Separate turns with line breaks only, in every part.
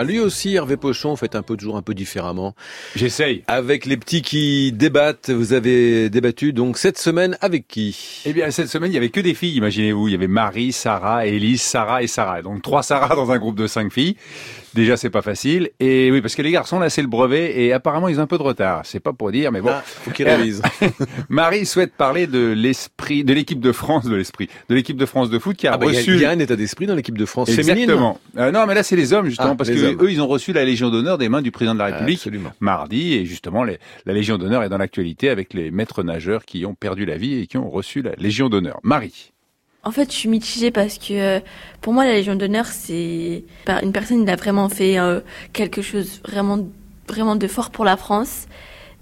Ah, Lui aussi, Hervé Pochon, fait un peu toujours un peu différemment.
J'essaye.
Avec les petits qui débattent, vous avez débattu donc cette semaine avec qui
Eh bien, cette semaine, il y avait que des filles, imaginez-vous. Il y avait Marie, Sarah, Élise, Sarah et Sarah. Donc, trois Sarah dans un groupe de cinq filles. Déjà, c'est pas facile. Et oui, parce que les garçons, là, c'est le brevet. Et apparemment, ils ont un peu de retard. C'est pas pour dire, mais bon.
Ah, faut qu'il réalise.
Marie souhaite parler de l'esprit, de l'équipe de France, de l'esprit, de l'équipe de France de foot qui a
Ah bah, Il y a-
reçu.
il y, a un état d'esprit dans l'équipe de France féminine. hein.
Exactement. Euh, non, mais là, c'est les hommes, justement,
Ah,
parce
les
que
hommes. Ah,
eux, ils ont reçu la Légion d'honneur des mains du président de la République.
Absolument.
mardi. Et justement, les- la Légion d'honneur est dans l'actualité avec les maîtres nageurs qui ont perdu la vie et qui ont reçu la Légion d'honneur. Marie.
En fait, je suis mitigée parce que euh, pour moi, la Légion d'honneur, c'est par- une personne qui a vraiment fait euh, quelque chose vraiment, vraiment de fort pour la France.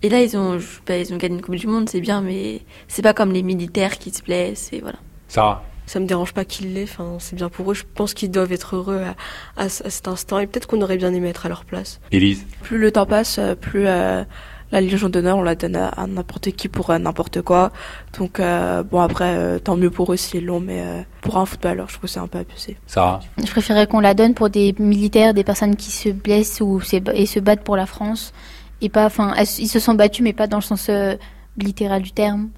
Et là, ils ont, je- bah, ils ont gagné une Coupe du Monde, c'est bien, mais c'est pas comme les militaires qui se blessent. Et voilà.
Sarah.
Ça me dérange pas qu'il l'ait, enfin, c'est bien pour eux. Je pense qu'ils doivent être heureux à, à ce- à cet instant et peut-être qu'on aurait bien aimé être à leur place.
Élise.
Plus le temps passe, euh, plus euh, la Légion d'honneur, on la donne à, à n'importe qui pour euh, n'importe quoi. Donc, euh, bon, après, euh, tant mieux pour eux s'ils l'ont, mais euh, pour un footballeur, je trouve que c'est un peu abusé.
Sarah.
Je préférerais qu'on la donne pour des militaires, des personnes qui se blessent ou se- et se battent pour la France. Et pas, enfin, elles- ils se sont battus, mais pas dans le sens euh, littéral du terme.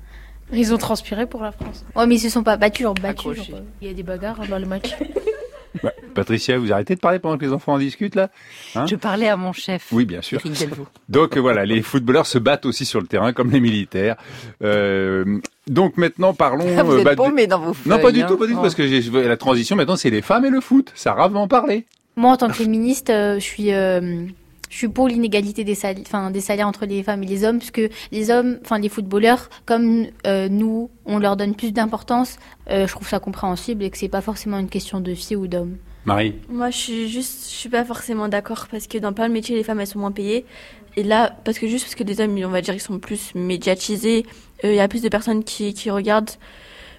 Ils ont transpiré pour la France.
Ouais, mais ils se sont pas battus, genre battus.
Accrochés.
genre, euh,
Il y a des bagarres hein, dans le match.
Patricia, vous arrêtez de parler pendant que les enfants en discutent, là
Je parlais à mon chef.
Oui, bien sûr.
Eric Delvaux.
Donc euh, voilà, les footballeurs se battent aussi sur le terrain, comme les militaires. Euh, donc maintenant, parlons...
Ah, Vous
euh,
êtes
bah, du-
paumé dans vos
Non,
feuilles,
pas du
hein.
tout, pas du tout,
Oh.
parce que j'ai- la transition, maintenant, c'est les femmes et le foot. Sarah va en parler.
Moi, en tant que féministe, euh, je suis, euh, je suis pour l'inégalité des, sal- enfin, des salaires entre les femmes et les hommes, puisque les hommes, enfin les footballeurs, comme euh, nous, on leur donne plus d'importance. euh, je trouve ça compréhensible et que c'est pas forcément une question de filles ou d'hommes.
Marie.
Moi, je suis juste, je suis pas forcément d'accord parce que dans plein de métiers, les femmes, elles sont moins payées. Et là, parce que juste parce que les hommes, on va dire, ils sont plus médiatisés, euh, il y a plus de personnes qui, qui regardent.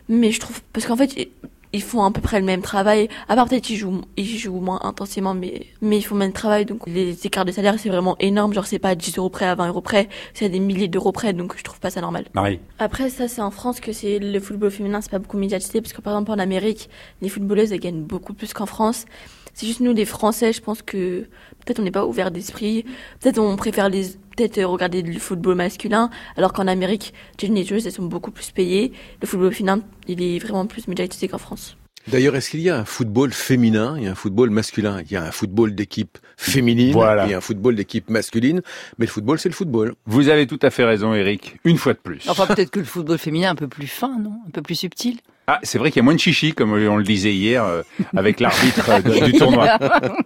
Mais je trouve, parce qu'en fait, ils- ils font à peu près le même travail. À part peut-être, ils jouent, ils jouent moins intensément, mais, mais ils font le même travail. Donc, les écarts de salaire, c'est vraiment énorme. Genre, c'est pas à 10 euros près, à 20 euros près, c'est à des milliers d'euros près. Donc, je trouve pas ça normal.
Marie.
Après, ça, c'est en France que c'est le football féminin, c'est pas beaucoup médiatisé, parce que par exemple en Amérique, les footballeuses elles gagnent beaucoup plus qu'en France. C'est juste nous, les Français, je pense que peut-être on n'est pas ouvert d'esprit, peut-être on préfère les, peut-être euh, regarder le football masculin, alors qu'en Amérique, les joueuses elles sont beaucoup plus payées. Le football féminin, il est vraiment plus médiatisé qu'en France.
D'ailleurs, est-ce qu'il y a un football féminin et un football masculin Il y a un football d'équipe féminine
Voilà.
et un football d'équipe masculine, mais le football, c'est le football.
Vous avez tout à fait raison, Eric. Une fois de plus.
Enfin, peut-être que le football féminin est un peu plus fin, non Un peu plus subtil
Ah, c'est vrai qu'il y a moins de chichi, comme on le disait hier euh, avec l'arbitre euh, de- du tournoi.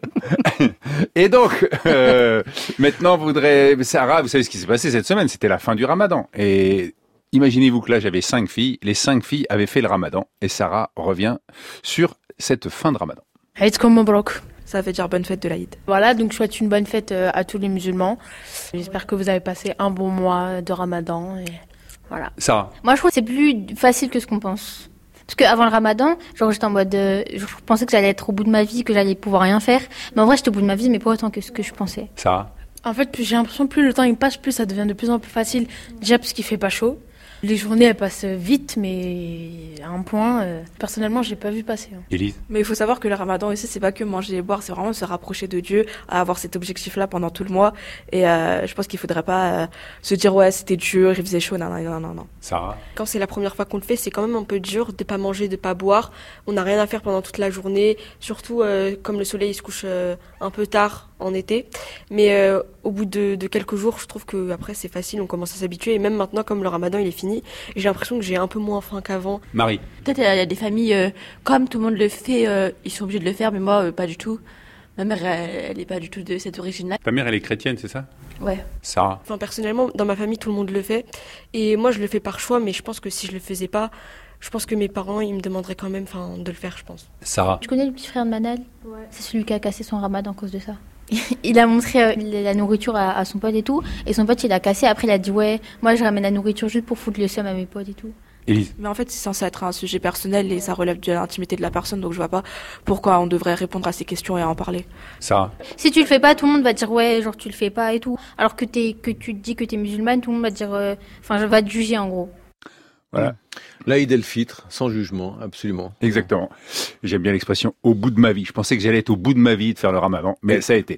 Et donc, euh, maintenant, voudrait Sarah, vous savez ce qui s'est passé cette semaine C'était la fin du Ramadan. Et imaginez-vous que là, j'avais cinq filles. Les cinq filles avaient fait le Ramadan, et Sarah revient sur cette fin de Ramadan.
Aïd comme un bloc.
Ça veut dire bonne fête de l'Aïd.
Voilà, donc je souhaite une bonne fête euh, à tous les musulmans. J'espère que vous avez passé un bon mois de ramadan. et Voilà.
Sarah.
Moi, je trouve que c'est plus facile que ce qu'on pense. Parce qu'avant le ramadan, genre, j'étais en mode. euh, je pensais que j'allais être au bout de ma vie, que j'allais pouvoir rien faire. Mais en vrai, j'étais au bout de ma vie, mais pas autant que ce que je pensais.
Sarah.
En fait, plus- j'ai l'impression que plus le temps il passe, plus ça devient de plus en plus facile. Déjà parce qu'il fait pas chaud. Les journées elles passent vite, mais à un point, euh, personnellement, j'ai pas vu passer. hein.
Élise.
Mais il faut savoir que le ramadan aussi, c'est pas que manger et boire, c'est vraiment se rapprocher de Dieu, à avoir cet objectif-là pendant tout le mois. Et euh, je pense qu'il faudrait pas euh, se dire, ouais, c'était dur, il faisait chaud, non, non, non, non, non.
Sarah.
Quand c'est la première fois qu'on le fait, c'est quand même un peu dur de pas manger, de pas boire. On n'a rien à faire pendant toute la journée, surtout euh, comme le soleil il se couche euh, un peu tard en été. Mais euh, au bout de, de quelques jours, je trouve que après c'est facile, on commence à s'habituer. Et même maintenant, comme le Ramadan il est fini, j'ai l'impression que j'ai un peu moins faim qu'avant.
Marie.
Peut-être il y a des familles, euh, comme tout le monde le fait, euh, ils sont obligés de le faire, mais moi, euh, pas du tout. Ma mère, elle, elle est pas du tout de cette origine-là.
Ta mère, elle est chrétienne, c'est ça
Ouais.
Sarah.
Enfin, personnellement, dans ma famille, tout le monde le fait. Et moi, je le fais par choix, mais je pense que si je le faisais pas, je pense que mes parents, ils me demanderaient quand même enfin, de le faire, je pense.
Sarah.
Tu connais le petit frère de Manal C'est celui qui a cassé son ramadan à cause de ça. Il a montré euh, la nourriture à, à son pote et tout, et son pote il a cassé. Après il a dit ouais, moi je ramène la nourriture juste pour foutre le seum à mes potes et tout.
Élise.
Mais en fait, c'est censé être un sujet personnel et ça relève de l'intimité de la personne, donc je vois pas pourquoi on devrait répondre à ces questions et en parler.
Sarah.
Si tu le fais pas, tout le monde va dire ouais, genre tu le fais pas et tout. Alors que t'es que tu te dis que t'es musulmane, tout le monde va dire, euh, enfin je va te juger en gros.
Voilà.
L'Aïd el Fitr, sans jugement, absolument.
Exactement. J'aime bien l'expression au bout de ma vie. Je pensais que j'allais être au bout de ma vie de faire le ramadan, mais ça a été.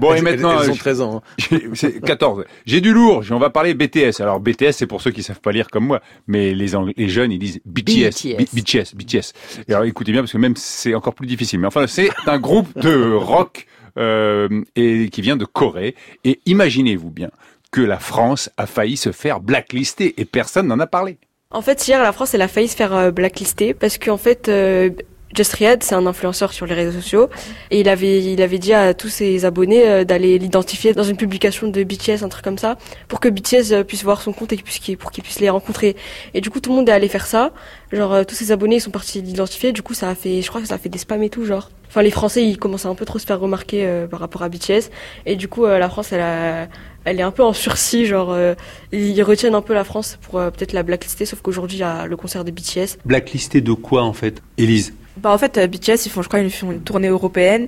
Bon, et
Elles-
maintenant.
elles, elles ont
je-
13 ans. hein.
J'ai- c'est 14. J'ai du lourd. j'ai- On va parler BTS. Alors BTS, c'est pour ceux qui savent pas lire comme moi, mais les, Ang- les jeunes ils disent BTS,
BTS.
B- BTS, BTS. Et alors écoutez bien parce que même c'est encore plus difficile. Mais enfin, c'est un groupe de rock euh, et qui vient de Corée. Et imaginez-vous bien que la France a failli se faire blacklister et personne n'en a parlé.
En fait, hier, la France, elle a failli se faire euh, blacklister parce qu'en fait, euh, Just Riyad, c'est un influenceur sur les réseaux sociaux et il avait, il avait dit à tous ses abonnés euh, d'aller l'identifier dans une publication de BTS, un truc comme ça, pour que BTS euh, puisse voir son compte et qu'il puisse- qu'il- pour qu'il puisse les rencontrer. Et du coup, tout le monde est allé faire ça. Genre, euh, tous ses abonnés, ils sont partis l'identifier. Du coup, ça a fait, je crois que ça a fait des spams et tout, genre. Enfin, les Français, ils commencent à un peu trop se faire remarquer euh, par rapport à BTS. Et du coup, euh, la France, elle a, elle est un peu en sursis, genre, euh, ils retiennent un peu la France pour euh, peut-être la blacklister, sauf qu'aujourd'hui, il y a le concert des BTS.
Blacklisté de quoi en fait Élise
Bah en fait, euh, BTS, ils font, je crois, ils font une tournée européenne.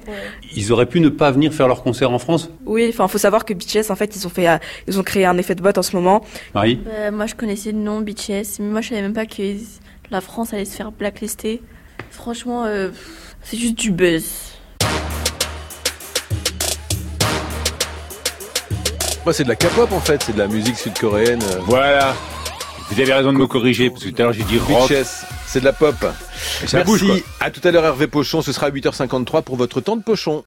Ils auraient pu ne pas venir faire leur concert en France
Oui, enfin, faut savoir que BTS, en fait, ils ont fait, euh, ils ont créé un effet de bot en ce moment.
Marie
Euh, moi, je connaissais le nom BTS, mais moi, je savais même pas que la France allait se faire blacklister. Franchement, euh, c'est juste du buzz.
Moi, c'est de la K-pop en fait, c'est de la musique sud-coréenne. euh,
Voilà. Vous avez raison de me corriger parce que tout à l'heure j'ai dit rock.
Bitches, c'est de la pop.
Ça
Merci.
bouge, quoi.
à tout à l'heure Hervé Pochon, ce sera à 8h53 pour votre temps de pochon.